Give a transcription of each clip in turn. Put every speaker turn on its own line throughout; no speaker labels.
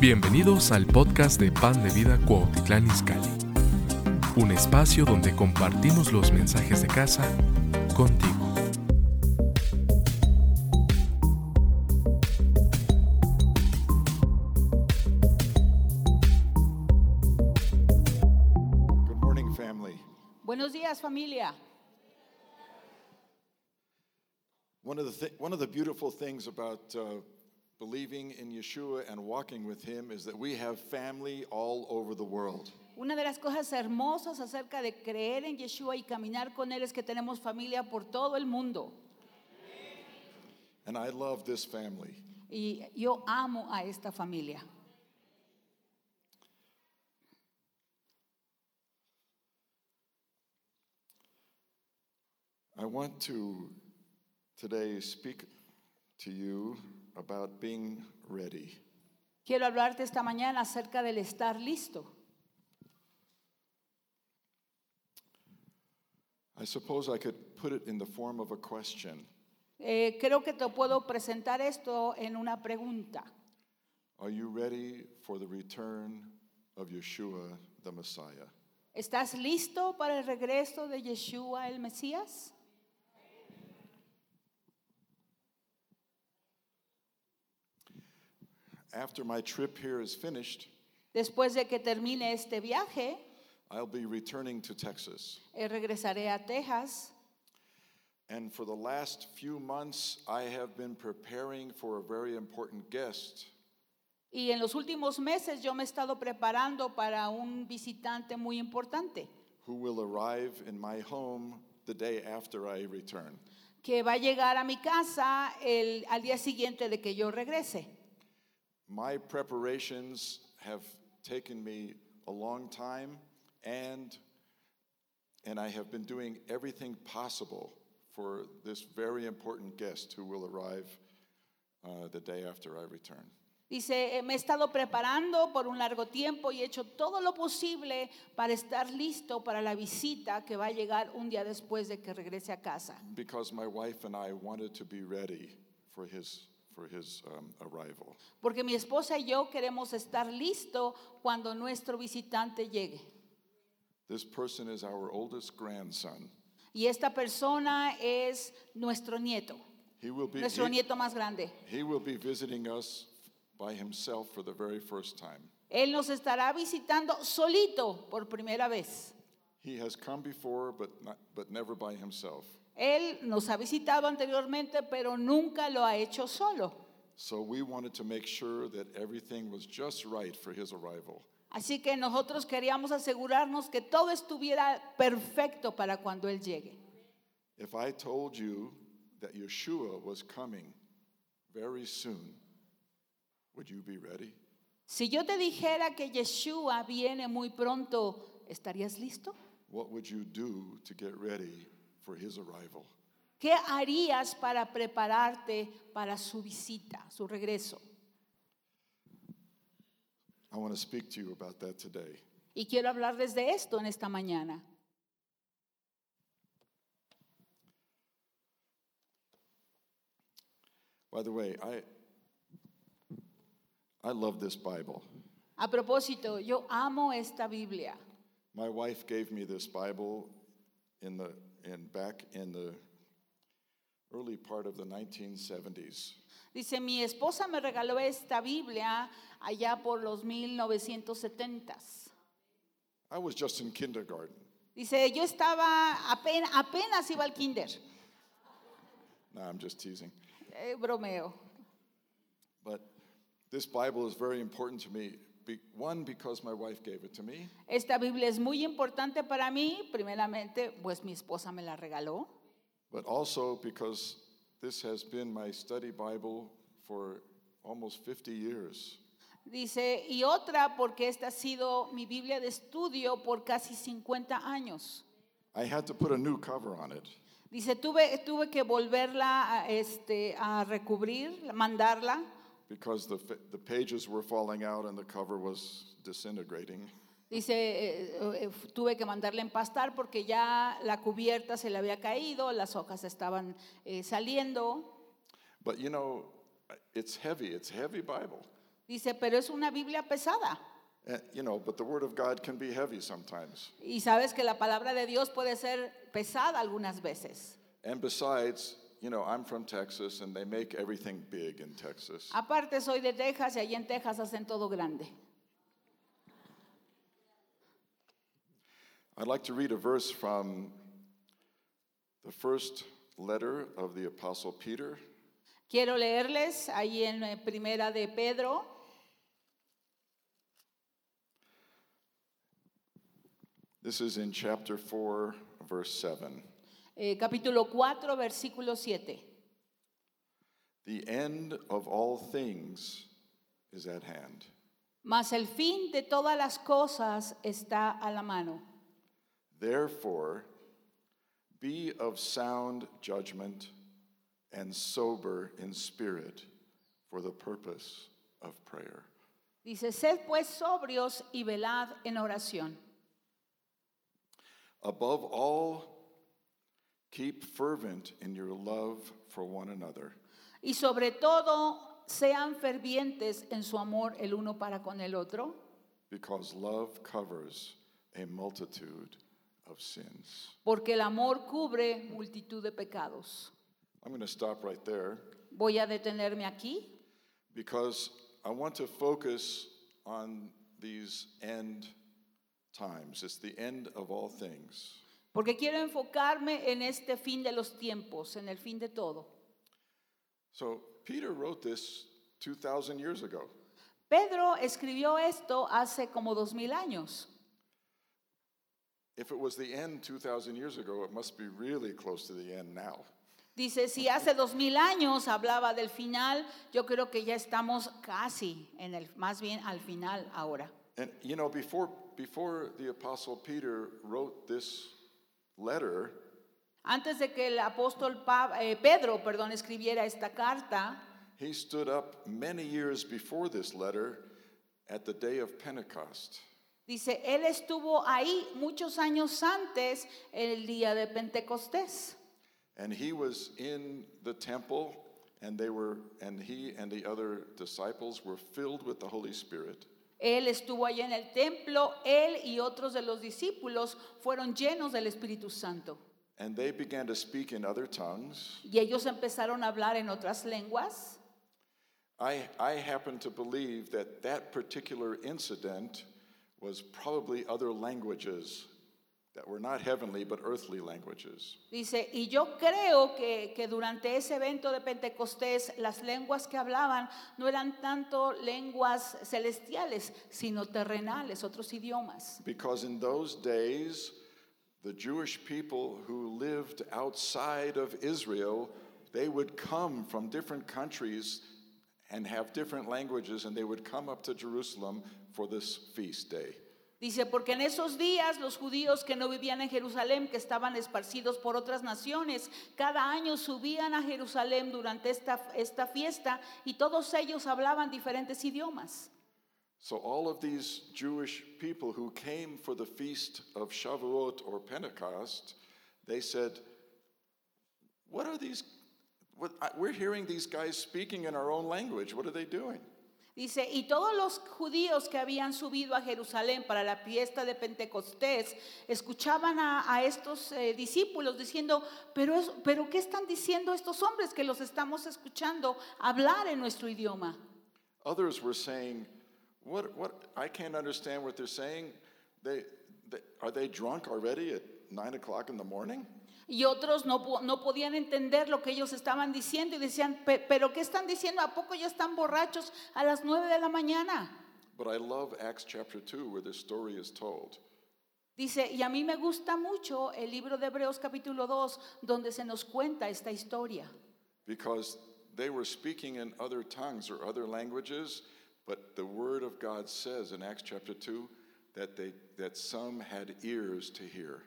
Bienvenidos al podcast de Pan de Vida Cuautitlán Izcalli. Un espacio donde compartimos los mensajes de casa contigo.
Good morning, family.
Buenos días familia.
One of the, th- one of the beautiful things about uh, believing in Yeshua and walking with Him is that we have family all over the world.
Una de las cosas hermosas acerca de creer en Yeshua y caminar con Él es que tenemos familia por todo el mundo.
And I love this family.
Y yo amo a esta familia.
I want to today speak to you about being ready.
Quiero hablarte esta mañana acerca del estar listo.
I suppose I could put it in the form of a question
Eh, creo que te puedo presentar esto en una pregunta.
Are you ready for the return of Yeshua the Messiah?
¿Estás listo para el regreso de Yeshua el Mesías?
After my trip here is finished,
Después de que termine este viaje,
I'll be returning to Texas.
eh, regresaré a Texas
And for the last few months, I have been preparing for a very important guest.
Y en los últimos meses yo me he estado preparando para un visitante muy importante
Who will arrive in my home the day after I return?
que va a llegar a mi casa el- al día siguiente de que yo regrese.
My preparations have taken me a long time, and, and I have been doing everything possible for this very important guest who will arrive uh, the day after I return.
Dice, "Eh, me he estado preparando por un largo tiempo y he hecho todo lo posible para estar listo para la visita que va a llegar un día después de que regrese a casa.
Because my wife and I wanted to be ready for his, for his um, arrival.
Porque mi esposa y yo queremos estar listo cuando nuestro visitante llegue.
This person is our oldest grandson.
Y esta persona es nuestro nieto,
He will be,
nuestro
he,
nieto más grande.
he will be visiting us by himself for the very first time.
Él nos estará visitando solito por primera vez.
He has come before, but, not, but never by himself.
Él nos ha visitado anteriormente, pero nunca lo ha hecho solo.
So we wanted to make sure that everything was just right for his arrival.
Así que nosotros queríamos asegurarnos que todo estuviera perfecto para cuando Él llegue.
If I told you that Yeshua was coming very soon, would you be ready?
Si yo te dijera que Yeshua viene muy pronto, ¿estarías listo?
What would you do to get ready for his arrival?
¿Qué harías para prepararte para su visita, su regreso?
I want to speak to you about that today.
Y quiero hablarles de esto en esta mañana.
By the way, I I love this Bible.
A propósito, yo amo esta Biblia.
My wife gave me this Bible in the in back in the early part of the 1970s.
Dice, mi esposa me regaló esta Biblia allá por los 1970s.
I was just in kindergarten.
Dice, yo estaba, apenas, apenas iba al kinder.
No, I'm just teasing.
Eh, bromeo.
But this Bible is very important to me. Be, one because my wife gave it to me,
Esta Biblia es muy importante para mí. Primeramente, pues mi esposa me la regaló.
but also because this has been my study Bible for almost 50 years.
Dice, y otra porque esta ha sido mi Biblia de estudio por casi 50 años.
I had to put a new cover on it.
Dice, tuve, tuve que volverla a, este, a recubrir, mandarla.
because the, fa- the pages were falling out and the cover was disintegrating.
Dice, eh, eh, tuve que mandarle a empastar porque ya la cubierta se le había caído, las hojas estaban eh, saliendo.
But you know, it's heavy, it's a heavy Bible.
Dice, pero es una Biblia pesada.
Uh, you know, but the Word of God can be heavy sometimes.
Y sabes que la palabra de Dios puede ser pesada algunas veces.
And besides, you know, I'm from Texas and they make everything big in Texas.
Aparte soy de Texas y allí en Texas hacen todo grande.
I'd like to read a verse from the first letter of the Apostle Peter,
Quiero leerles ahí en eh, Primera de Pedro,
This is in chapter 4, verse 7.
eh, capítulo 4, versículo 7.
The end of all things is at hand.
Mas el fin de todas las cosas está a la mano.
Therefore, be of sound judgment and sober in spirit for the purpose of prayer.
Dice, sed pues sobrios y velad en oración.
Above all, keep fervent in your love for one another,
Y sobre todo, sean fervientes en su amor el uno para con el otro,
because love covers a multitude of sins.
porque el amor cubre multitud de pecados.
I'm going to stop right there.
Voy a detenerme aquí
because I want to focus on these end times. It's the end of all things.
porque quiero enfocarme en este fin de los tiempos, en el fin de todo.
So Peter wrote this 2,000 years ago.
Pedro escribió esto hace como dos mil años.
If it was the end 2,000 years ago, it must be really close to the end now.
Dice, si hace dos mil años hablaba del final, yo creo que ya estamos casi en el, más bien al final ahora.
And you know, before, before the Apostle Peter wrote this letter,
Antes de que el apóstol Pa- eh, Pedro, perdón, escribiera esta carta,
he stood up many years before this letter at the day of Pentecost.
dice, él estuvo ahí muchos años antes el día de Pentecostés.
And he was in the temple, and they were, and he and the other disciples were filled with the Holy Spirit.
Él estuvo allí en el templo, él y otros de los discípulos fueron llenos del Espíritu Santo.
And they began to speak in other tongues.
Y ellos empezaron a hablar en otras lenguas.
I, I happen to believe that that particular incident was probably other languages that were not heavenly but earthly languages.
Dice, y yo creo que, que durante ese evento de Pentecostés las lenguas que hablaban no eran tanto lenguas celestiales, sino terrenales, otros idiomas.
Because in those days, the Jewish people who lived outside of Israel, they would come from different countries and have different languages, and they would come up to Jerusalem for this feast day.
Dice, porque en esos días los judíos que no vivían en Jerusalén, que estaban esparcidos por otras naciones, cada año subían a Jerusalén durante esta, esta fiesta y todos ellos hablaban diferentes idiomas.
So, all of these Jewish people who came for the feast of Shavuot or Pentecost, they said, What are these? What, I, we're hearing these guys speaking in our own language. What are they doing?
Dice, y todos los judíos que habían subido a Jerusalén para la fiesta de Pentecostés escuchaban a, a estos eh, discípulos diciendo, pero, es- pero ¿qué están diciendo estos hombres que los estamos escuchando hablar en nuestro idioma?
Others were saying, "What? What? I can't understand what they're saying. They, they are they drunk already at nine o'clock in the morning?"
Y otros no, po- no podían entender lo que ellos estaban diciendo y decían, "Pe- pero ¿qué están diciendo? ¿A poco ya están borrachos a las nueve de la mañana?
But I love Acts chapter two, where this story is told.
Dice, y a mí me gusta mucho el libro de Hebreos capítulo 2, donde se nos cuenta esta historia.
because they were speaking in other tongues or other languages, but the word of God says in Acts chapter 2 that they that some had ears to hear.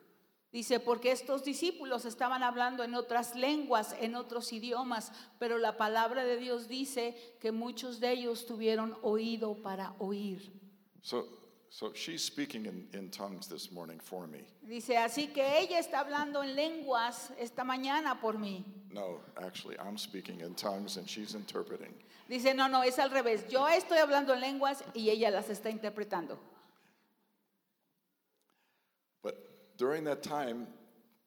Dice, porque estos discípulos estaban hablando en otras lenguas, en otros idiomas, pero la palabra de Dios dice que muchos de ellos tuvieron oído para oír.
So So she's speaking in, in tongues this morning for me.
Dice, así que ella está hablando en lenguas esta mañana por mí.
No, actually, I'm speaking in tongues and she's interpreting.
Dice, no, no, es al revés. Yo estoy hablando en lenguas y ella las está interpretando.
But during that time,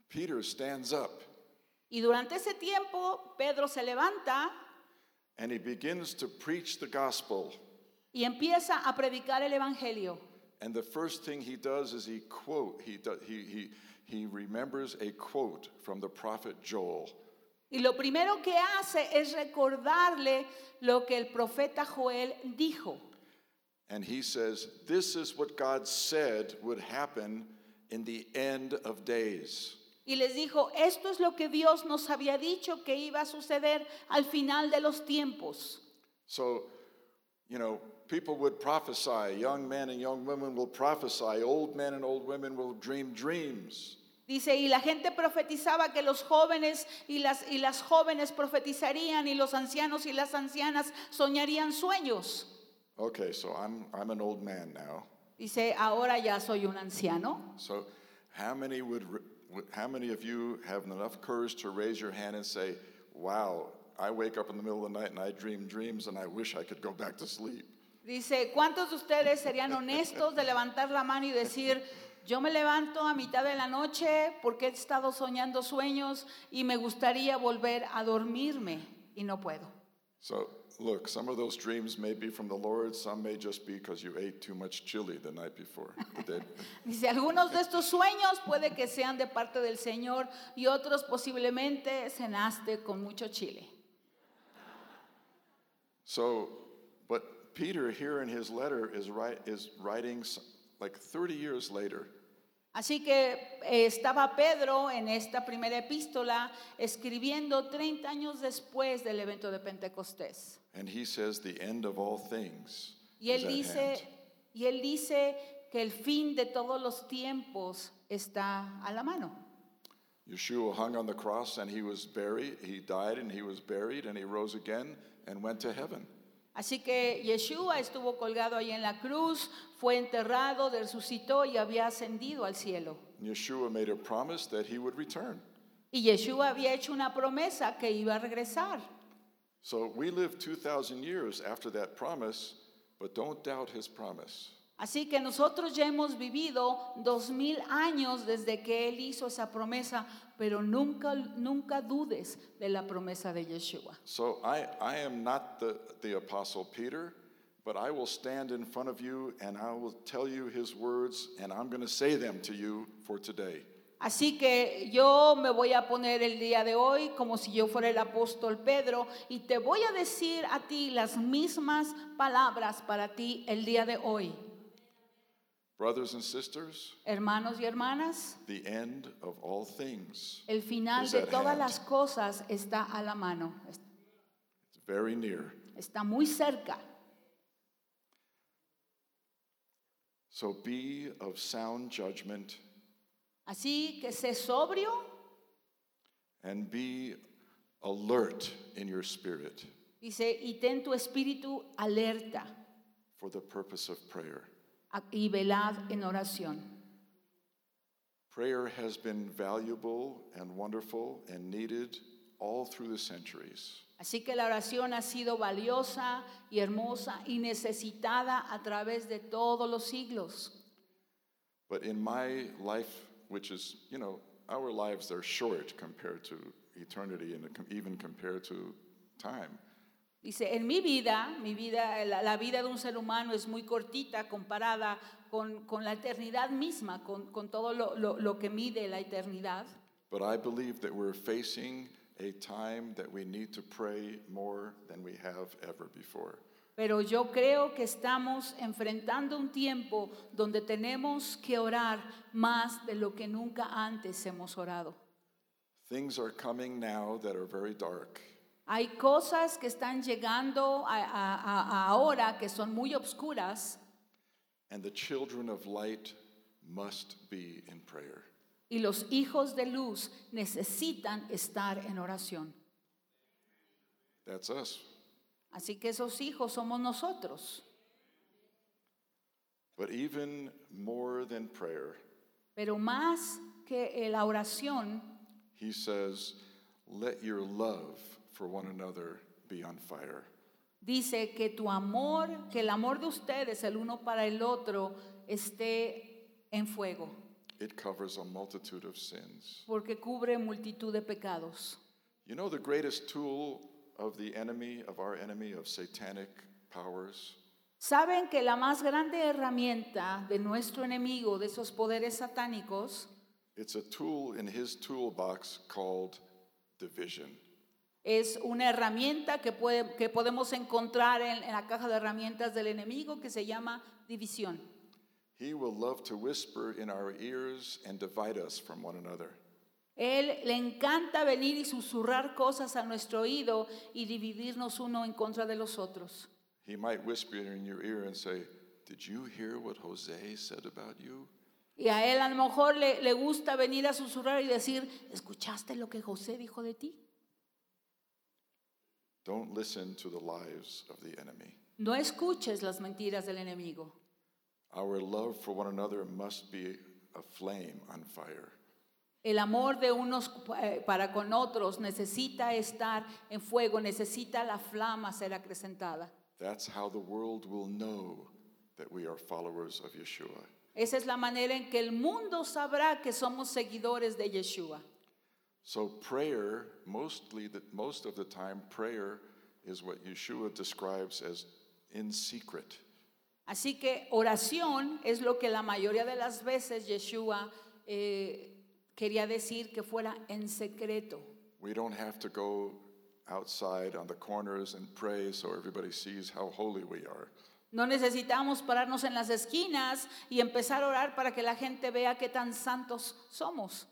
Peter stands up
Y durante ese tiempo, Pedro se levanta
and he begins to preach the gospel.
y empieza a predicar el Evangelio.
And the first thing he does is he quote he do, he he he remembers a quote from the prophet Joel.
Y lo primero que hace es recordarle lo que el profeta Joel dijo.
And he says, This is what God said would happen in the end of days.
Y les dijo, esto es lo que Dios nos había dicho que iba a suceder al final de los tiempos.
So, you know, people would prophesy, young men and young women will prophesy, old men and old women will dream dreams.
Dice, y la gente profetizaba que los jóvenes y las, y las jóvenes profetizarían y los ancianos y las ancianas soñarían sueños.
Okay, so I'm I'm an old man now.
Dice, ahora ya soy un anciano.
So, how many would, r- would- how many of you have enough courage to raise your hand and say, "Wow, I wake up in the middle of the night and I dream dreams and I wish I could go back to sleep."
Dice, ¿cuántos de ustedes serían honestos de levantar la mano y decir, yo me levanto a mitad de la noche porque he estado soñando sueños y me gustaría volver a dormirme y no puedo?
So, look, some of those dreams may be from the Lord, some may just be because you ate too much chili the night before. the day-
Dice, algunos de estos sueños puede que sean de parte del Señor y otros posiblemente cenaste con mucho chile.
so, but Peter here in his letter is write, is writing s- like 30 years later.
Así que eh, estaba Pedro en esta primera epístola escribiendo 30 años después del evento de Pentecostés.
And he says the end of all things.
Y él,
is at
dice,
hand.
y él dice que el fin de todos los tiempos está a la mano.
Yeshua hung on the cross and he was buried. He died and he was buried and he rose again and went to heaven.
Así que Yeshua estuvo colgado ahí en la cruz, fue enterrado, resucitó y había ascendido al cielo.
And Yeshua made a promise that he would return.
Y Yeshua había hecho una promesa que iba a regresar.
So we live 2,000 years after that promise, but don't doubt his promise.
Así que nosotros ya hemos vivido dos mil años desde que Él hizo esa promesa, pero nunca, nunca dudes de la promesa de Yeshua.
So I, I am not the, the Apostle Peter, but I will stand in front of you and I will tell you his words and I'm going to say them to you for today.
Así que yo me voy a poner el día de hoy como si yo fuera el apóstol Pedro y te voy a decir a ti las mismas palabras para ti el día de hoy.
Brothers and sisters,
Hermanos y hermanas,
the end of all things
el final
Is
de
at
todas
hand.
las cosas está a la mano, es-
is very near.
está muy cerca.
So be of sound judgment
Así que sé sobrio
and be alert in your spirit
Dice, y ten tu espíritu alerta
for the purpose of prayer.
a- y velad en oración.
Prayer has been valuable and wonderful and needed all through the centuries.
Así que la oración ha sido valiosa y hermosa y necesitada a través de todos los siglos.
But in my life, which is, you know, our lives are short compared to eternity and even compared to time.
Dice, en mi vida, mi vida la, la vida de un ser humano es muy cortita comparada con, con la eternidad misma, con, con todo lo- lo- lo que mide la eternidad.
But I believe that we're facing a time that we need to pray more than we have ever before.
Pero yo creo que estamos enfrentando un tiempo donde tenemos que orar más de lo que nunca antes hemos orado.
Things are coming now that are very dark.
Hay cosas que están llegando a- a- a- a ahora que son muy obscuras
And the children of light must be in prayer.
y los hijos de luz necesitan estar en oración.
That's us.
Así que esos hijos somos nosotros.
But even more than prayer,
Pero más que eh, la oración,
he says, Let your love for one another be on fire.
dice que tu amor, que el amor de ustedes, el uno para el otro, esté en fuego,
It covers a multitude of sins.
porque cubre multitud de pecados.
You know, the greatest tool of the enemy, of our enemy, of satanic powers,
Saben que la más grande herramienta de nuestro enemigo, de esos poderes satánicos,
it's a tool in his toolbox called division.
es una herramienta que, puede- que podemos encontrar en, en la caja de herramientas del enemigo que se llama división.
He will love to whisper in our ears and divide us from one another.
Él le encanta venir y susurrar cosas a nuestro oído y dividirnos uno en contra de los otros.
He might whisper in your ear and say, Did you hear what Jose said about you?
Y a él a lo mejor le, le gusta venir a susurrar y decir, ¿escuchaste lo que José dijo de ti?
Don't listen to the lies of the enemy.
No escuches las mentiras del enemigo.
Our love for one another must be a flame on fire.
El amor de unos eh, para con otros necesita estar en fuego, necesita la flama ser acrecentada.
That's how the world will know that we are followers of Yeshua.
Esa es la manera en que el mundo sabrá que somos seguidores de Yeshua.
So prayer, mostly the, most of the time, prayer is what Yeshua describes as in secret.
Así que oración es lo que la mayoría de las veces Yeshua eh, quería decir que fuera en secreto.
We don't have to go outside on the corners and pray so everybody sees how holy we are.
No necesitamos pararnos en las esquinas y empezar a orar para que la gente vea qué tan santos somos.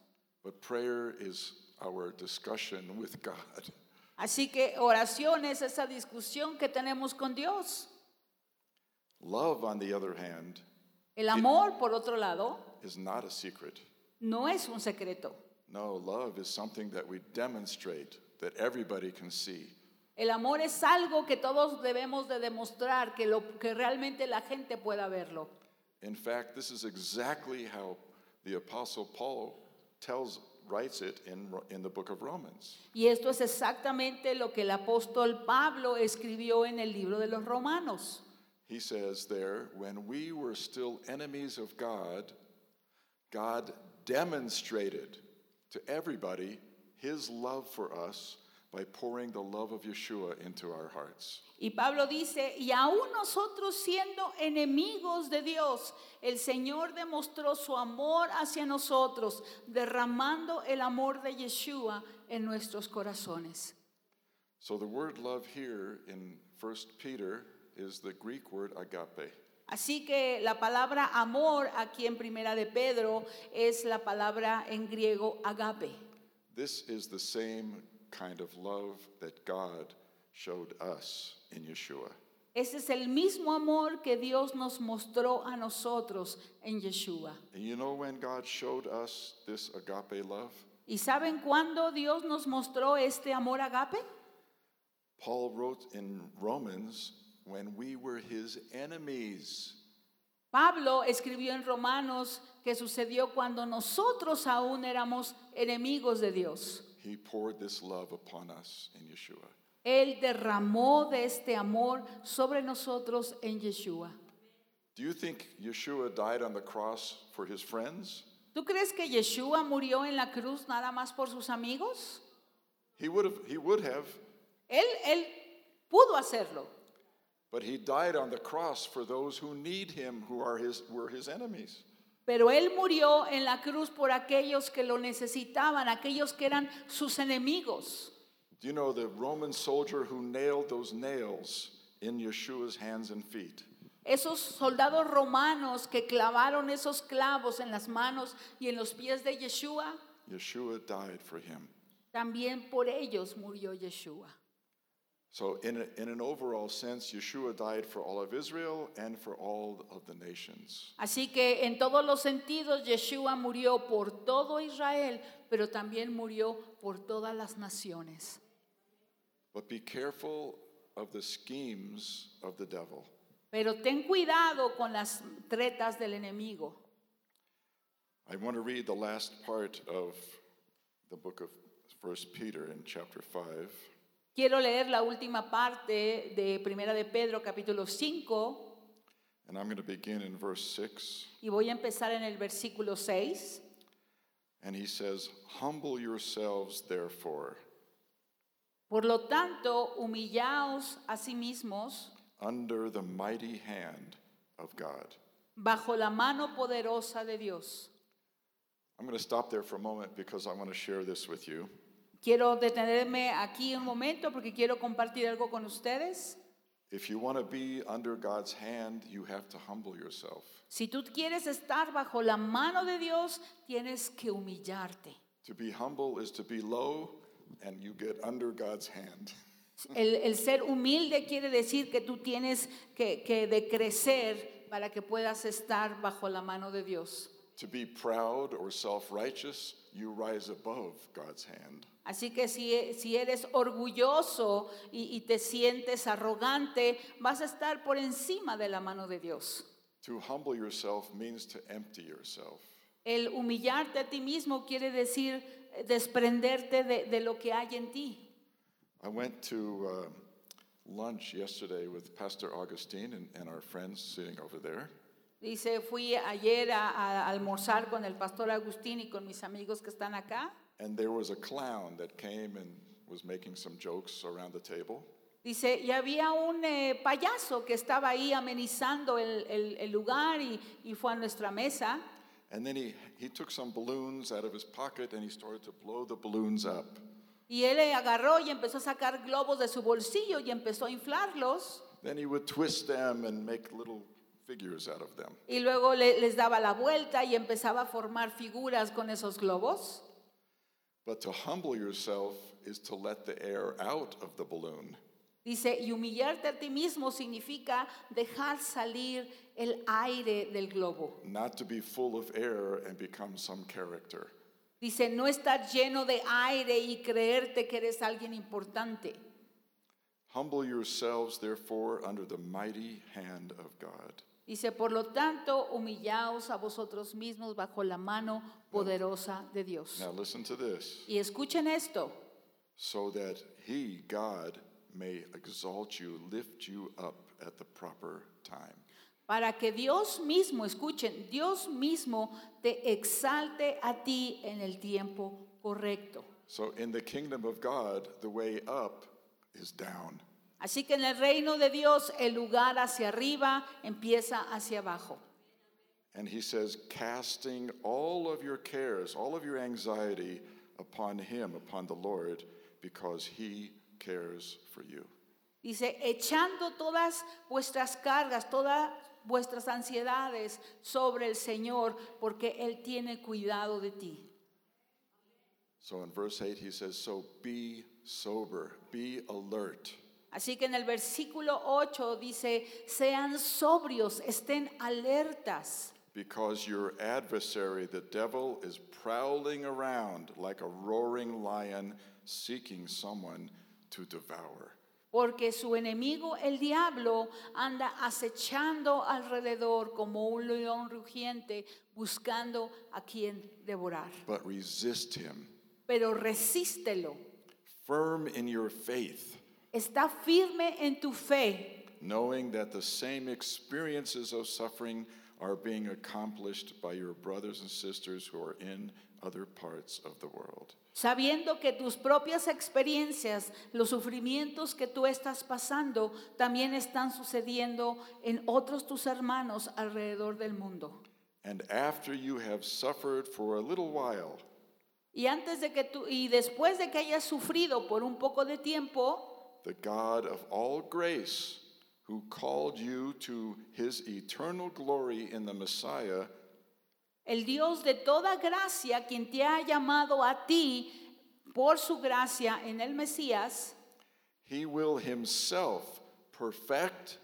But prayer is our discussion with God.
Así que oración es esa discusión que tenemos con Dios.
Love, on the other hand,
El amor, por otro lado,
is not a secret.
no es un secreto.
No, love is something that we demonstrate that everybody can see.
El amor es algo que todos debemos de demostrar, que, lo, que realmente la gente pueda verlo.
In fact, this is exactly how the Apostle Paul tells, writes it in, Ro- in the book of Romans.
Y esto es exactamente lo que el apóstol Pablo escribió en el libro de los Romanos.
He says there, when we were still enemies of God, God demonstrated to everybody his love for us by pouring the love of Yeshua into our hearts.
Y Pablo dice, y aún nosotros siendo enemigos de Dios, el Señor demostró su amor hacia nosotros, derramando el amor de Yeshua en nuestros corazones.
So the word love here in 1 Peter is the Greek word agape.
Así que la palabra amor aquí en Primera de Pedro es la palabra en griego agape.
This is the same kind of love that God showed us in Yeshua.
Ese es el mismo amor que Dios nos mostró a nosotros en Yeshua.
And you know when God showed us this agape love?
¿Y saben cuándo Dios nos mostró este amor agape?
Paul wrote in Romans, when we were his enemies.
Pablo escribió en Romanos que sucedió cuando nosotros aún éramos enemigos de Dios.
He poured this love upon us in Yeshua.
Él derramó de este amor sobre nosotros en Yeshua.
Do you think Yeshua died on the cross for his friends?
¿Tú crees que Yeshua murió en la cruz nada más por sus amigos?
He would have, he would have
Él, él pudo hacerlo,
but he died on the cross for those who need him, who are his, were his enemies.
pero él murió en la cruz por aquellos que lo necesitaban, aquellos que eran sus enemigos.
Do you know the Roman soldier who nailed those nails in Yeshua's hands and feet?
Esos soldados romanos que clavaron esos clavos en las manos y en los pies de Yeshua,
Yeshua died for him.
también por ellos murió Yeshua.
So, in, a, in an overall sense, Yeshua died for all of Israel and for all of the nations.
Así que en todos los sentidos Yeshua murió por todo Israel, pero también murió por todas las naciones.
But be careful of the schemes of the devil.
Pero ten cuidado con las tretas del enemigo.
I want to read the last part of the book of First Peter in chapter 5.
Quiero leer la última parte de Primera de Pedro capítulo 5
And I'm going to begin in verse 6.
y voy a empezar en el versículo 6.
And he says, Humble yourselves, therefore,
Por lo tanto, humillaos a sí mismos
under the mighty hand of God.
bajo la mano poderosa de Dios.
I'm going to stop there for a moment because I want to share this with you.
Quiero detenerme aquí un momento porque quiero compartir algo con ustedes.
If you want to be under God's hand, you have to humble yourself.
Si tú quieres estar bajo la mano de Dios, tienes que humillarte.
To be humble is to be low, and you get under God's hand.
El, el ser humilde quiere decir que tú tienes que, que decrecer para que puedas estar bajo la mano de Dios.
to be proud or self righteous, you rise above God's hand.
Así que si, si eres orgulloso y, y te sientes arrogante, vas a estar por encima de la mano de Dios.
To humble yourself means to empty yourself.
El humillarte a ti mismo quiere decir eh, desprenderte de, de lo que hay en ti.
I went to uh, lunch yesterday with Pastor Augustine and, and our friends sitting over there.
Dice, fui ayer a, a almorzar con el pastor Agustín y con mis amigos que están acá.
And there was a clown that came and was making some jokes around the table.
Dice, y había un eh, payaso que estaba ahí amenizando el, el- el lugar y, y fue a nuestra mesa.
And then he, he took some balloons out of his pocket and he started to blow the balloons up.
Y él eh, agarró y empezó a sacar globos de su bolsillo y empezó a inflarlos.
Then he would twist them and make little figures out of them.
Y luego le- les daba la vuelta y empezaba a formar figuras con esos globos.
But to humble yourself is to let the air out of the balloon.
Dice, y humillarte a ti mismo significa dejar salir el aire del globo.
not to be full of air and become some character.
Dice, no estar lleno de aire y creerte que eres alguien importante.
Humble yourselves, therefore, under the mighty hand of God.
Dice, por lo tanto, humillaos a vosotros mismos bajo la mano poderosa de Dios.
Now, listen to this
Y escuchen esto,
so that He, God, may exalt you, lift you up at the proper time.
para que Dios mismo, escuchen, Dios mismo te exalte a ti en el tiempo correcto.
So, in the kingdom of God, the way up is down.
Así que en el reino de Dios el lugar hacia arriba empieza hacia abajo.
And He says, casting all of your cares, all of your anxiety upon Him, upon the Lord, because He cares for you.
Dice, echando todas vuestras cargas, todas vuestras ansiedades sobre el Señor, porque Él tiene cuidado de ti.
So in verse 8, he says, So be sober, be alert.
Así que en el versículo 8 dice, sean sobrios, estén alertas,
Because your adversary, the devil, is prowling around like a roaring lion seeking someone to devour.
porque su enemigo, el diablo, anda acechando alrededor como un león rugiente, buscando a quien devorar.
But resist him,
Pero resístelo,
firm in your faith,
está firme en tu fe,
knowing that the same experiences of suffering are being accomplished by your brothers and sisters who are in other parts of the world.
sabiendo que tus propias experiencias, los sufrimientos que tú estás pasando, también están sucediendo en otros tus hermanos alrededor del mundo.
And after you have suffered for a little while,
Y antes de que tú y después de que hayas sufrido por un poco de tiempo,
the God of all grace, who called you to his eternal glory in the Messiah,
el Dios de toda gracia, quien te ha llamado a ti por su gracia en el Mesías,
he will himself perfect,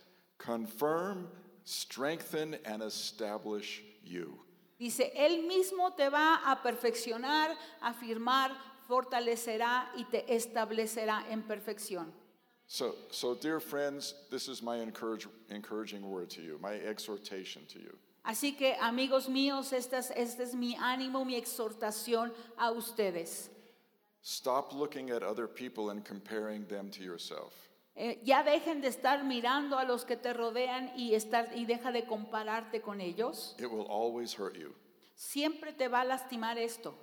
confirm, strengthen, and establish you.
dice, él mismo te va a perfeccionar, afirmar, fortalecerá y te establecerá en perfección.
So, so dear friends, this is my encourage, encouraging word to you, my exhortation to you.
Así que amigos míos, esta es- este es mi ánimo, mi exhortación a ustedes.
Stop looking at other people and comparing them to yourself.
Eh, ya dejen de estar mirando a los que te rodean y, estar, y deja de compararte con ellos.
It will always hurt you.
Siempre te va a lastimar esto.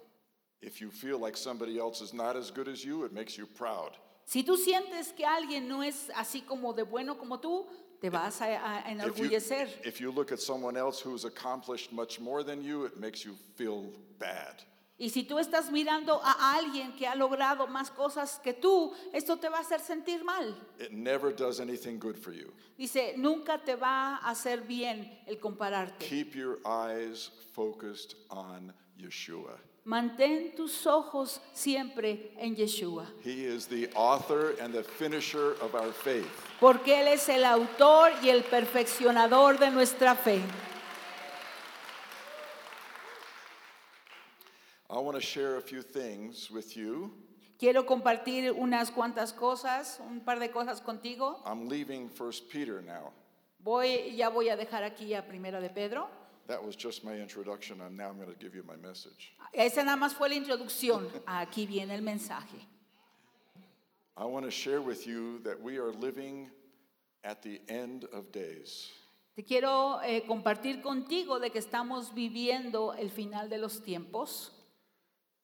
If you feel like somebody else is not as good as you, it makes you proud.
Si tú sientes que alguien no es así como de bueno como tú, te vas a, a
If you,
enorgullecer.
if you look at someone else who's accomplished much more than you, it makes you feel bad.
Y si tú estás mirando a alguien que ha logrado más cosas que tú, esto te va a hacer sentir mal.
It never does anything good for you.
Dice, nunca te va a hacer bien el compararte.
Keep your eyes focused on Yeshua.
Mantén tus ojos siempre en Yeshua,
He is the author and the finisher of our faith.
porque Él es el autor y el perfeccionador de nuestra fe.
I want to share a few things with you.
Quiero compartir unas cuantas cosas, un par de cosas contigo.
I'm leaving First Peter now.
Voy, ya voy a dejar aquí a Primera de Pedro.
That was just my introduction, and now I'm going to give you my message.
Esa nada más fue la introducción. Aquí viene el mensaje.
I want to share with you that we are living at the end of days.
Te quiero eh, compartir contigo de que estamos viviendo el final de los tiempos.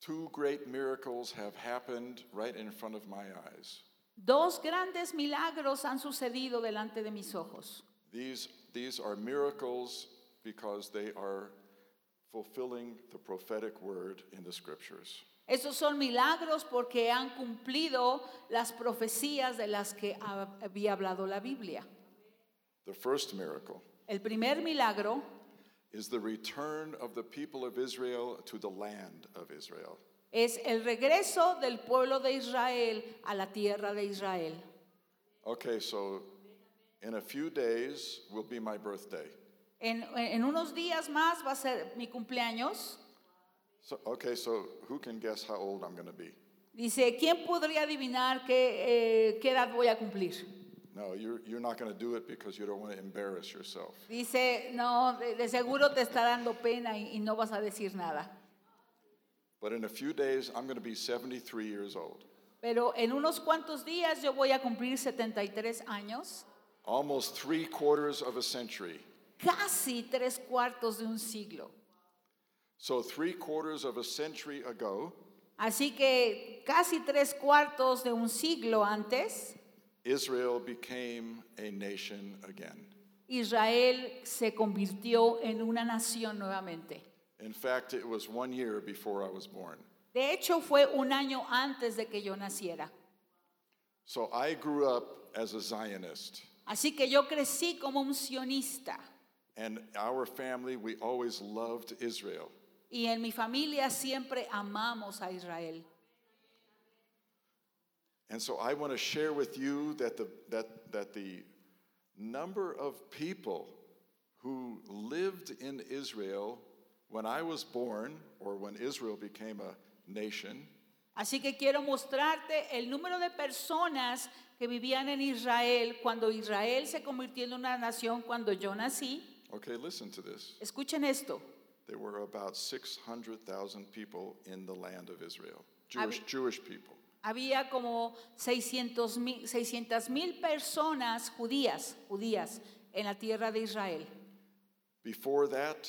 Two great miracles have happened right in front of my eyes.
Dos grandes milagros han sucedido delante de mis ojos.
These, these are miracles because they are fulfilling the prophetic word in the scriptures.
Estos son milagros porque han cumplido las profecías de las que ha- había hablado la Biblia.
The first miracle
El primer milagro
is the return of the people of Israel to the land of Israel.
es el regreso del pueblo de Israel a la tierra de Israel.
Okay, so in a few days will be my birthday.
En, en unos días más va a ser mi cumpleaños.
So, okay, so who can guess how old I'm going to be?
Dice, ¿quién podría adivinar qué, eh, qué edad voy a cumplir?
No, you're, you're not going to do it because you don't want to embarrass yourself.
Dice, no, de, de seguro te está dando pena y- y no vas a decir nada.
But in a few days, I'm going to be 73 years old,
Pero en unos cuantos días yo voy a cumplir 73 años,
almost three quarters of a century.
casi tres cuartos de un siglo.
So, three quarters of a century ago,
Así que casi tres cuartos de un siglo antes,
Israel became a nation again.
Israel se convirtió en una nación nuevamente.
In fact, it was one year before I was born.
De hecho, fue un año antes de que yo naciera.
So, I grew up as a Zionist.
Así que yo crecí como un sionista
And our family, we always loved Israel.
y en mi familia siempre amamos a Israel.
And so I want to share with you that the, that, that the number of people who lived in Israel when I was born or when Israel became a nation
Así que quiero mostrarte el número de personas que vivían en Israel cuando Israel se convirtió en una nación cuando yo nací.
okay, listen to this.
Escuchen esto.
There were about 600,000 people in the land of Israel,
Abi-
Jewish, Jewish people.
Había como 600 mil personas judías, judías en la tierra de Israel.
Before that,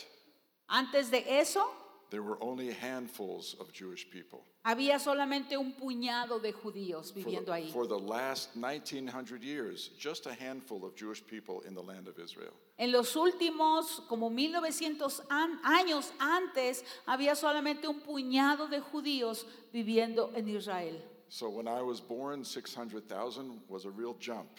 Antes de eso,
there were only handfuls of Jewish people.
había solamente un puñado de judíos
For the,
viviendo ahí.
for the last 1900 years, just a handful of Jewish people in the land of Israel.
En los últimos, como 1900 an- años antes, había solamente un puñado de judíos viviendo en Israel.
So when I was born, 600,000 was a real jump.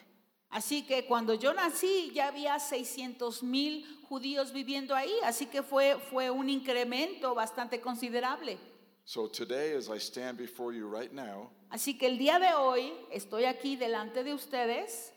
Así que cuando yo nací ya había 600 mil judíos viviendo ahí, así que fue, fue un incremento bastante considerable.
So today, as I stand before you right now,
Así que el día de hoy estoy aquí delante de ustedes,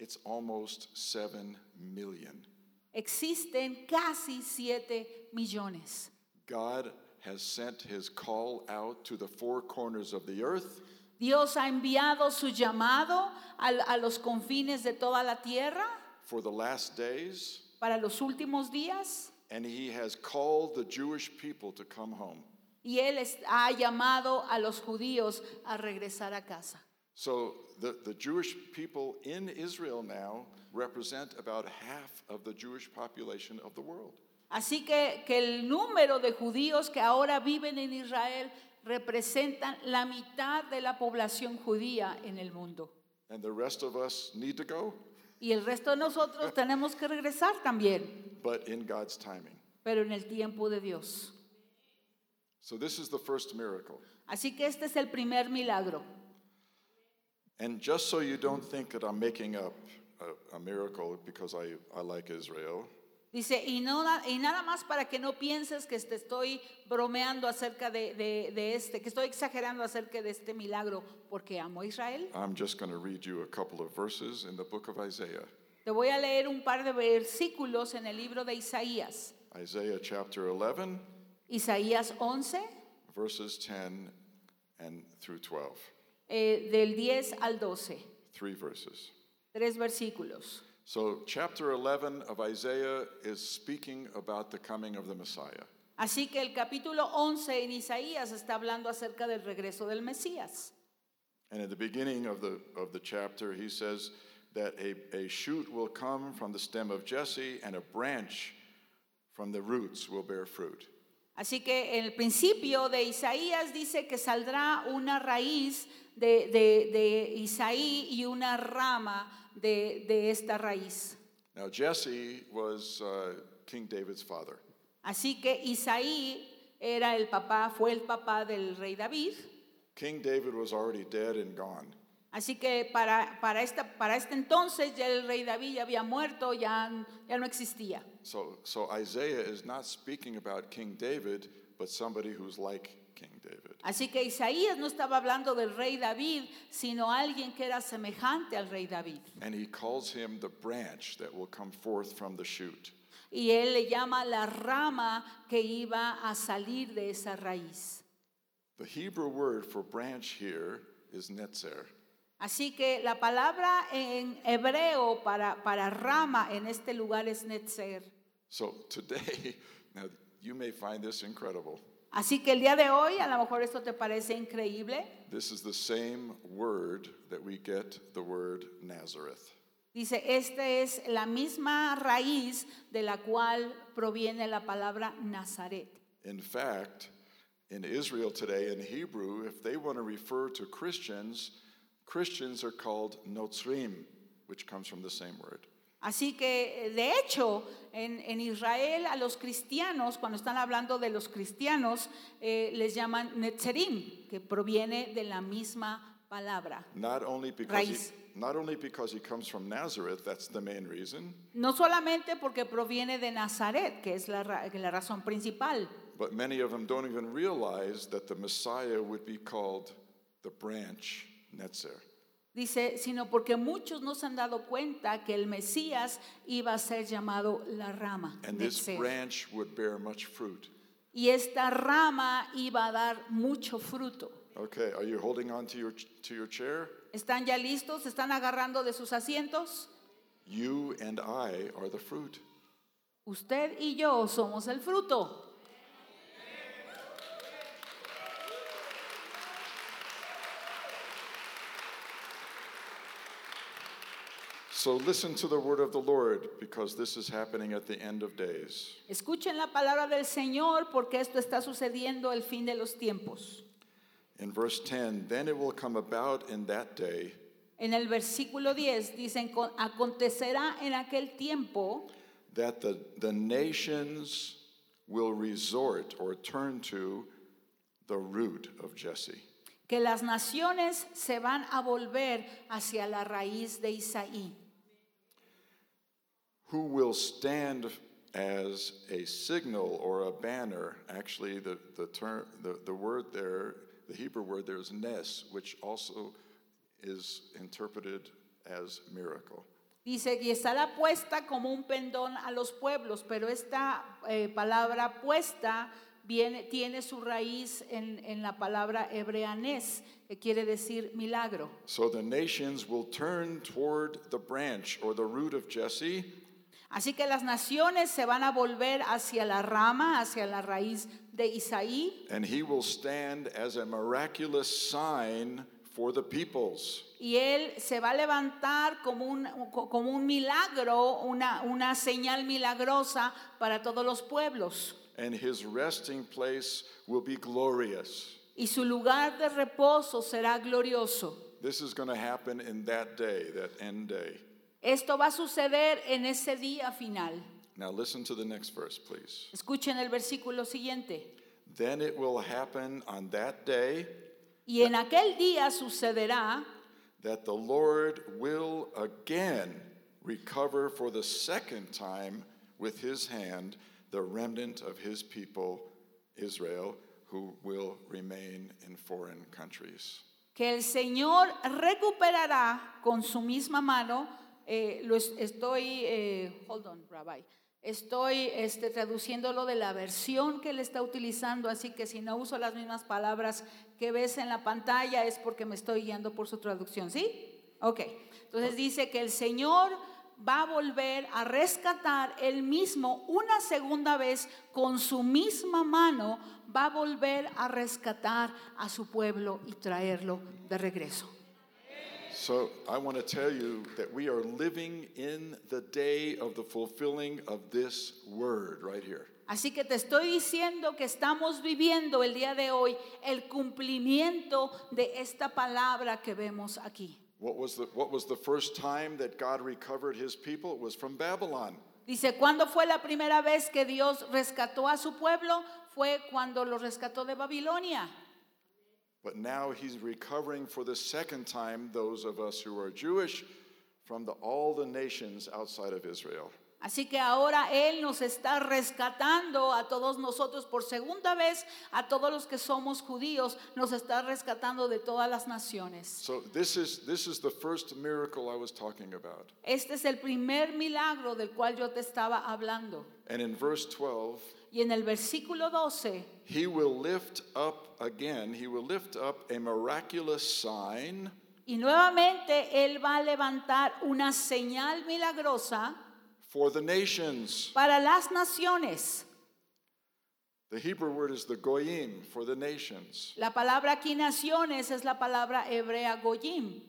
it's almost 7 million.
existen casi 7 millones.
God has sent his call out to the four corners of the earth
Dios ha enviado su llamado al- a, los confines de toda la tierra
for the last days,
para los últimos días
and he has called the Jewish people to come home.
y Él es- ha llamado a los judíos a regresar a casa.
So the, the Jewish people in Israel now represent about half of the Jewish population of the world.
Así que, que el número de judíos que ahora viven en Israel representan la mitad de la población judía en el mundo.
And the rest of us need to go,
Y el resto de nosotros tenemos que regresar también,
but in God's timing.
pero en el tiempo de Dios.
So this is the first miracle.
Así que este es el primer milagro.
And just so you don't think that I'm making up a, a miracle because I, I like Israel,
Dice, y, no, na- y nada más para que no pienses que te estoy bromeando acerca de, de- de este, que estoy exagerando acerca de este milagro, porque amo a Israel.
I'm just going to read you a couple of verses in the book of Isaiah.
Te voy a leer un par de versículos en el libro de Isaías.
Isaiah chapter 11,
Isaías 11,
verses 10 and through 12.
eh, del 10 al 12,
Three verses.
tres versículos.
So, chapter 11 of Isaiah is speaking about the coming of the Messiah.
Así que el capítulo 11 en Isaías está hablando acerca del regreso del Mesías.
And at the beginning of the, of the chapter, he says that a, a shoot will come from the stem of Jesse, and a branch from the roots will bear fruit.
Así que en el principio de Isaías dice que saldrá una raíz de, de- de Isaí y una rama de, de esta raíz.
Now, Jesse was uh, King David's father.
Así que Isaí era el papá, fue el papá del rey David.
King David was already dead and gone.
Así que para, para, esta, para este entonces ya el rey David ya había muerto, ya, ya no existía.
So, so Isaiah is not speaking about King David, but somebody who's like King David.
Así que Isaías no estaba hablando del rey David, sino alguien que era semejante al rey David.
And he calls him the branch that will come forth from the shoot.
Y él le llama la rama que iba a salir de esa raíz.
The Hebrew word for branch here is netzer.
Así que la palabra en hebreo para, para rama en este lugar es netzer.
So today, now you may find this incredible.
Así que el día de hoy, a lo mejor esto te parece increíble,
This is the same word that we get the word Nazareth.
dice, esta es la misma raíz de la cual proviene la palabra Nazaret.
In fact, in Israel today, in Hebrew, if they want to refer to Christians, Christians are called Notzrim, which comes from the same word.
Así que, eh, de hecho, en, en Israel a los cristianos, cuando están hablando de los cristianos, eh, les llaman Netzerim, que proviene de la misma palabra.
Not only because he,
Raíz.
not only because he comes from Nazareth, that's the main reason,
No solamente porque proviene de Nazaret, que es la, ra- la razón principal,
but many of them don't even realize that the Messiah would be called the branch Netzer.
dice, sino porque muchos no se han dado cuenta que el Mesías iba a ser llamado la rama.
And this
Netzer.
branch would bear much fruit.
Y esta rama iba a dar mucho fruto.
Okay, are you holding on to your ch- to your chair?
¿Están ya listos? ¿Se ¿Están agarrando de sus asientos?
You and I are the fruit.
Usted y yo somos el fruto.
So listen to the word of the Lord because this is happening at the end of days.
Escuchen la palabra del Señor porque esto está sucediendo el fin de los tiempos.
In verse 10, then it will come about in that day
En el versículo 10 dicen, "Co- acontecerá en aquel tiempo
that the, the nations will resort or turn to the root of Jesse.
que las naciones se van a volver hacia la raíz de Isaí,
who will stand as a signal or a banner. Actually, the, the, term, the, the word there, the Hebrew word there is nes, which also is interpreted as miracle.
Dice, y estará puesta como un pendón a los pueblos, pero esta eh, palabra puesta viene, tiene su raíz en, en la palabra hebreanés, que quiere decir milagro.
So the nations will turn toward the branch or the root of Jesse,
Así que las naciones se van a volver hacia la rama, hacia la raíz de Isaí,
and he will stand as a miraculous sign for the peoples.
y él se va a levantar como un, como un milagro, una, una señal milagrosa para todos los pueblos.
and his resting place will be glorious.
Y su lugar de reposo será glorioso.
This is going to happen in that day, that end day.
Esto va a suceder en ese día final.
Now listen to the next verse, please.
Escuchen el versículo siguiente.
Then it will happen on that day
Y en aquel día sucederá
that the Lord will again recover for the second time with his hand the remnant of his people, Israel, who will remain in foreign countries.
que el Señor recuperará con su misma mano, eh, lo es- estoy, eh, hold on, Rabbi, estoy este, traduciéndolo de la versión que él está utilizando, así que si no uso las mismas palabras que ves en la pantalla es porque me estoy guiando por su traducción, ¿sí? Ok, entonces dice que el Señor va a volver a rescatar él mismo una segunda vez con su misma mano, va a volver a rescatar a su pueblo y traerlo de regreso.
So I want to tell you that we are living in the day of the fulfilling of this word right here.
Así que te estoy diciendo que estamos viviendo el día de hoy el cumplimiento de esta palabra que vemos aquí.
What was the what was the first time that God recovered his people? It was from Babylon.
Dice, ¿cuándo fue la primera vez que Dios rescató a su pueblo? Fue cuando lo rescató de Babilonia.
But now he's recovering for the second time those of us who are Jewish from the, all the nations outside of Israel.
Así que ahora Él nos está rescatando a todos nosotros por segunda vez, a todos los que somos judíos, nos está rescatando de todas las naciones.
So this is this is the first miracle I was talking about.
Este es el primer milagro del cual yo te estaba hablando.
And in verse 12,
Y en el versículo 12
He will lift up again, he will lift up a miraculous sign
Y nuevamente Él va a levantar una señal milagrosa
for the nations.
para las naciones.
The Hebrew word is the goyim, for the nations.
La palabra aquí naciones es la palabra hebrea goyim.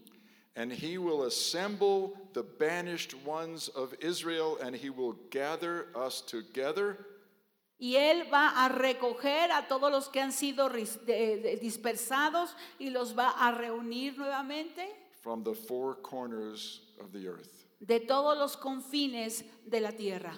And he will assemble the banished ones of Israel, and he will gather us together
Y Él va a recoger a todos los que han sido ris- de- de- dispersados y los va a reunir nuevamente
from the four corners of the earth.
de todos los confines de la tierra.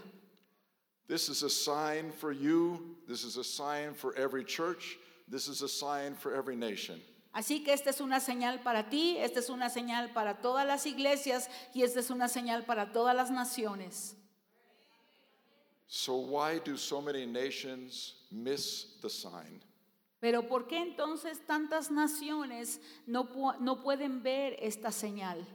This is a sign for you. This is a sign for every church. This is a sign for every nation.
Así que esta es una señal para ti, esta es una señal para todas las iglesias y esta es una señal para todas las naciones.
So, why do so many nations miss the sign?
Pero ¿por qué entonces tantas naciones no, pu- no pueden ver esta señal?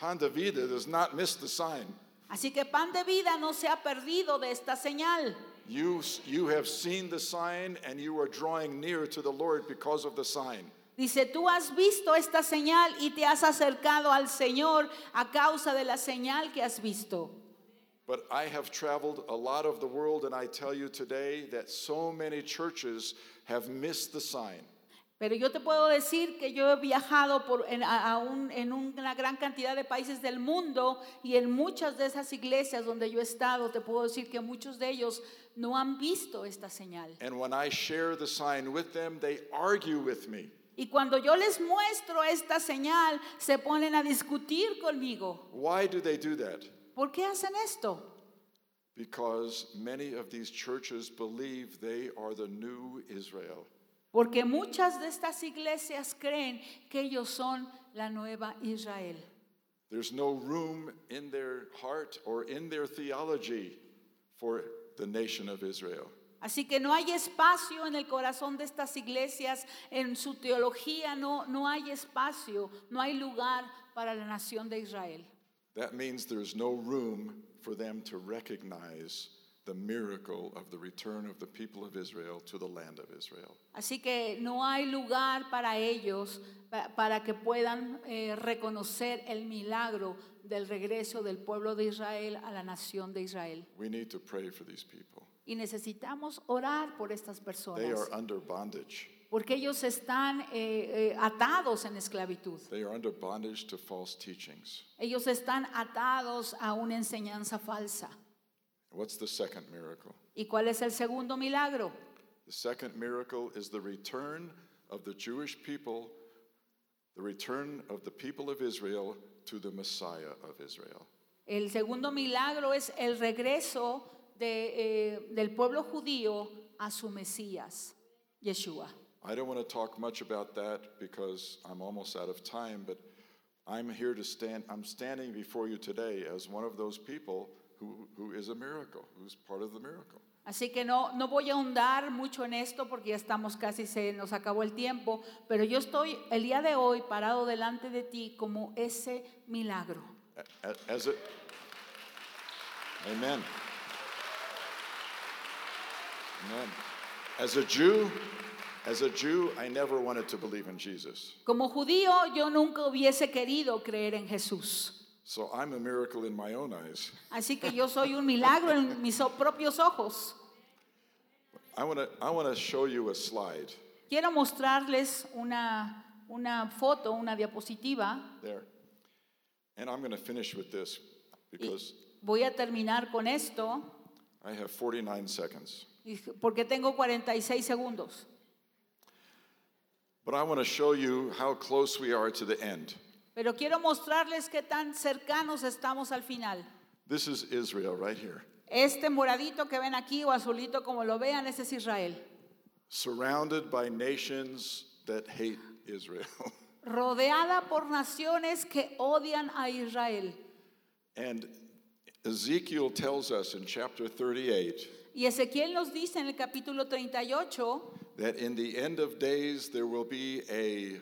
Pandavida does not miss the sign.
Así que pan de vida no se ha perdido de esta señal.
You, you have seen the sign and you are drawing near to the Lord because of the sign.
Dice, tú has visto esta señal y te has acercado al Señor a causa de la señal que has visto.
But I have traveled a lot of the world and I tell you today that so many churches have missed the sign.
Pero yo te puedo decir que yo he viajado por, en, a- a un- en una gran cantidad de países del mundo y en muchas de esas iglesias donde yo he estado, te puedo decir que muchos de ellos no han visto esta señal.
And when I share the sign with them, they argue with me.
Y cuando yo les muestro esta señal, se ponen a discutir conmigo.
Why do they do that?
¿Por qué hacen esto?
Because many of these churches believe they are the new Israel.
Porque muchas de estas iglesias creen que ellos son la nueva Israel.
There's no room in their heart or in their theology for the nation of Israel.
Así que no hay espacio en el corazón de estas iglesias, en su teología no, no hay espacio, no hay lugar para la nación de Israel.
That means there's no room for them to recognize the miracle of the return of the people of Israel to the land of Israel.
Así que no hay lugar para ellos pa- para que puedan eh, reconocer el milagro del regreso del pueblo de Israel a la nación de Israel.
We need to pray for these people.
Y necesitamos orar por estas
They
personas,
are under bondage.
porque ellos están eh, eh, atados en esclavitud.
They are under bondage to false teachings.
Ellos están atados a una enseñanza falsa.
What's the second miracle?
¿Y cuál es el segundo milagro?
The second miracle is the return of the Jewish people, the return of the people of Israel to the Messiah of Israel.
El segundo milagro es el regreso de, eh, del pueblo judío a su Mesías, Yeshua.
I don't want to talk much about that because I'm almost out of time, but I'm here to stand, I'm standing before you today as one of those people who, who is a miracle, who's part of the miracle.
Así que no, no voy a ahondar mucho en esto porque ya estamos casi, se nos acabó el tiempo, pero yo estoy el día de hoy parado delante de ti como ese milagro.
A- a- As it, amen. Amen. As a Jew, as a Jew, I never wanted to believe in Jesus.
Como judío yo nunca hubiese querido creer en Jesús.
So I'm a miracle in my own eyes.
Así que yo soy un milagro en mis o- propios ojos.
I want to I want to show you a slide
Quiero mostrarles una, una foto, una diapositiva.
there. And I'm going to finish with this
Y
because
voy a terminar con esto
I have 49 seconds.
y- porque tengo 46 segundos.
But I want to show you how close we are to the end.
Pero quiero mostrarles qué tan cercanos estamos al final.
This is Israel right here,
Este moradito que ven aquí o azulito como lo vean, ese es Israel.
surrounded by nations that hate Israel.
Rodeada por naciones que odian a Israel.
And Ezekiel tells us in chapter 38
Y Ezequiel nos dice en el capítulo 38
that in the end of days there will be a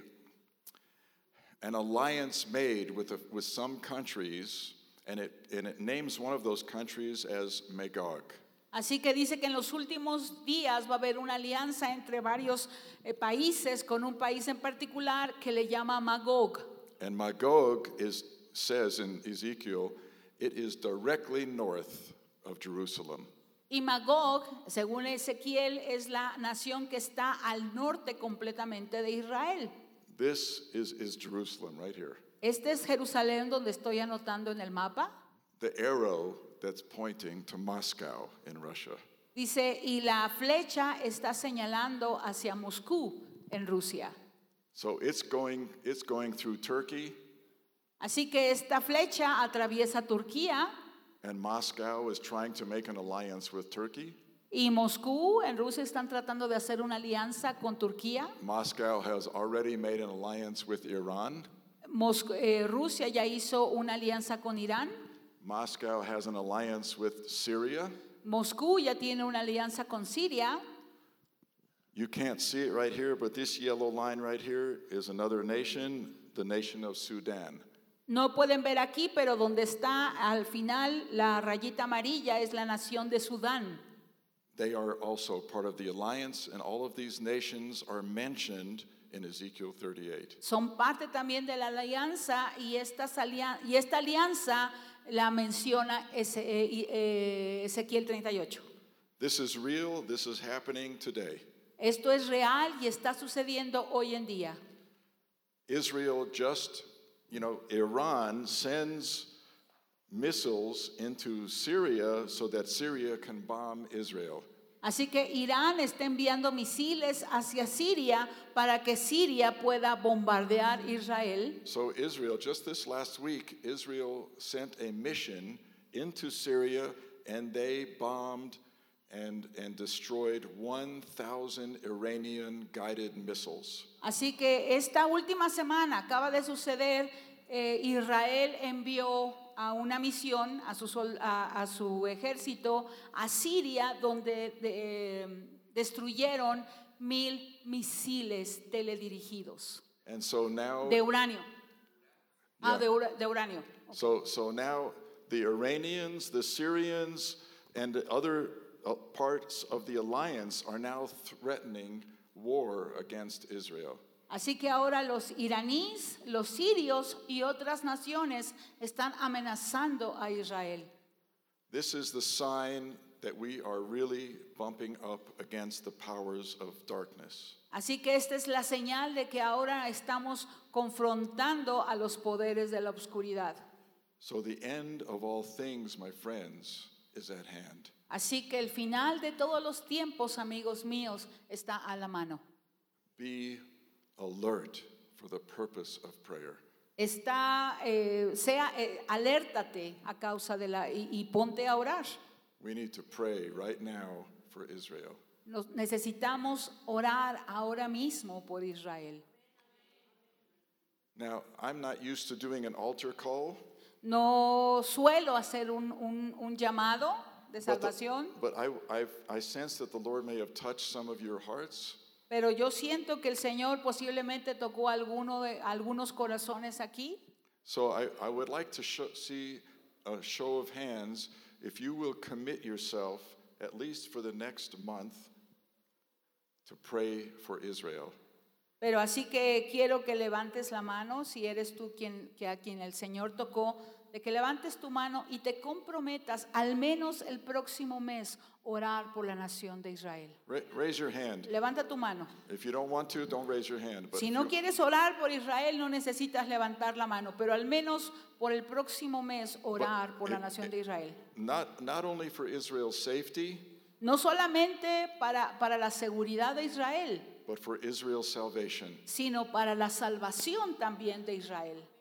an alliance made with a, with some countries and it and it names one of those countries as Magog.
Así que dice que en los últimos días va a haber una alianza entre varios eh, países con un país en particular que le llama Magog.
And Magog is says in Ezekiel it is directly north of Jerusalem.
Y Magog, según Ezequiel, es la nación que está al norte completamente de Israel.
This is is Jerusalem right here.
Este es Jerusalén donde estoy anotando en el mapa.
The arrow that's pointing to Moscow in Russia.
Dice, y la flecha está señalando hacia Moscú, en Rusia.
So it's going, it's going through Turkey
Así que esta flecha atraviesa Turquía
and Moscow is trying to make an alliance with Turkey.
y Moscú, en Rusia, están tratando de hacer una alianza con Turquía.
Moscow has already made an alliance with Iran.
Mosc- eh, Rusia ya hizo una alianza con Irán.
Moscow has an alliance with Syria.
Moscú ya tiene una alianza con Siria.
You can't see it right here, but this yellow line right here is another nation, the nation of Sudan.
No pueden ver aquí, pero donde está al final la rayita amarilla es la nación de Sudán.
They are also part of the alliance, and all of these nations are mentioned in Ezekiel 38.
Son parte también de la alianza y, estas alia- y esta alianza la menciona ese- eh, y- eh, Ezequiel 38.
This is real, this is happening today.
Esto es real y está sucediendo hoy en día.
Israel just, you know, Iran sends missiles into Syria so that Syria can bomb Israel.
Así que Irán está enviando misiles hacia Siria para que Siria pueda bombardear Israel.
So, Israel, just this last week, Israel sent a mission into Syria and they bombed and, and destroyed 1,000 Iranian guided missiles.
Así que esta última semana acaba de suceder, eh, Israel envió a una misión a su, sol- a, a su ejército a Siria, donde de- eh, destruyeron mil misiles teledirigidos
And so now,
de uranio. Ah,
Yeah.
de, ura- de uranio.
so, so now the Iranians, the Syrians, And the other uh, parts of the alliance are now threatening war against Israel.
Así que ahora los iraníes, los sirios y otras naciones están amenazando a Israel.
This is the sign that we are really bumping up against the powers of darkness.
Así que esta es la señal de que ahora estamos confrontando a los poderes de la oscuridad.
So the end of all things, my friends, is at hand.
Así que el final de todos los tiempos, amigos míos, está a la mano.
Be alert for the purpose of prayer.
Está, eh, sea, eh, alértate a causa de la y- y ponte a orar.
We need to pray right now for Israel.
Nos- necesitamos orar ahora mismo por Israel.
Now, I'm not used to doing an altar call,
No suelo hacer un, un- un llamado de
but, the-
salvación,
but I, I've, I sense that the Lord may have touched some of your hearts.
pero yo siento que el Señor posiblemente tocó alguno de, algunos corazones aquí.
So I, I would like to show, see a show of hands if you will commit yourself, at least for the next month, to pray for Israel.
Pero así que quiero que levantes la mano, si eres tú quien, que a quien el Señor tocó, de que levantes tu mano y te comprometas al menos el próximo mes orar por la nación de Israel.
Ra- raise your hand.
Levanta tu mano.
If you don't want to, don't raise your hand. But
Si
if
no
you-
quieres orar por Israel, no necesitas levantar la mano, pero al menos por el próximo mes orar por la nación de Israel.
not, not only for Israel's safety,
No solamente para, para la seguridad de Israel,
but for Israel's salvation.
sino para la salvación también de Israel.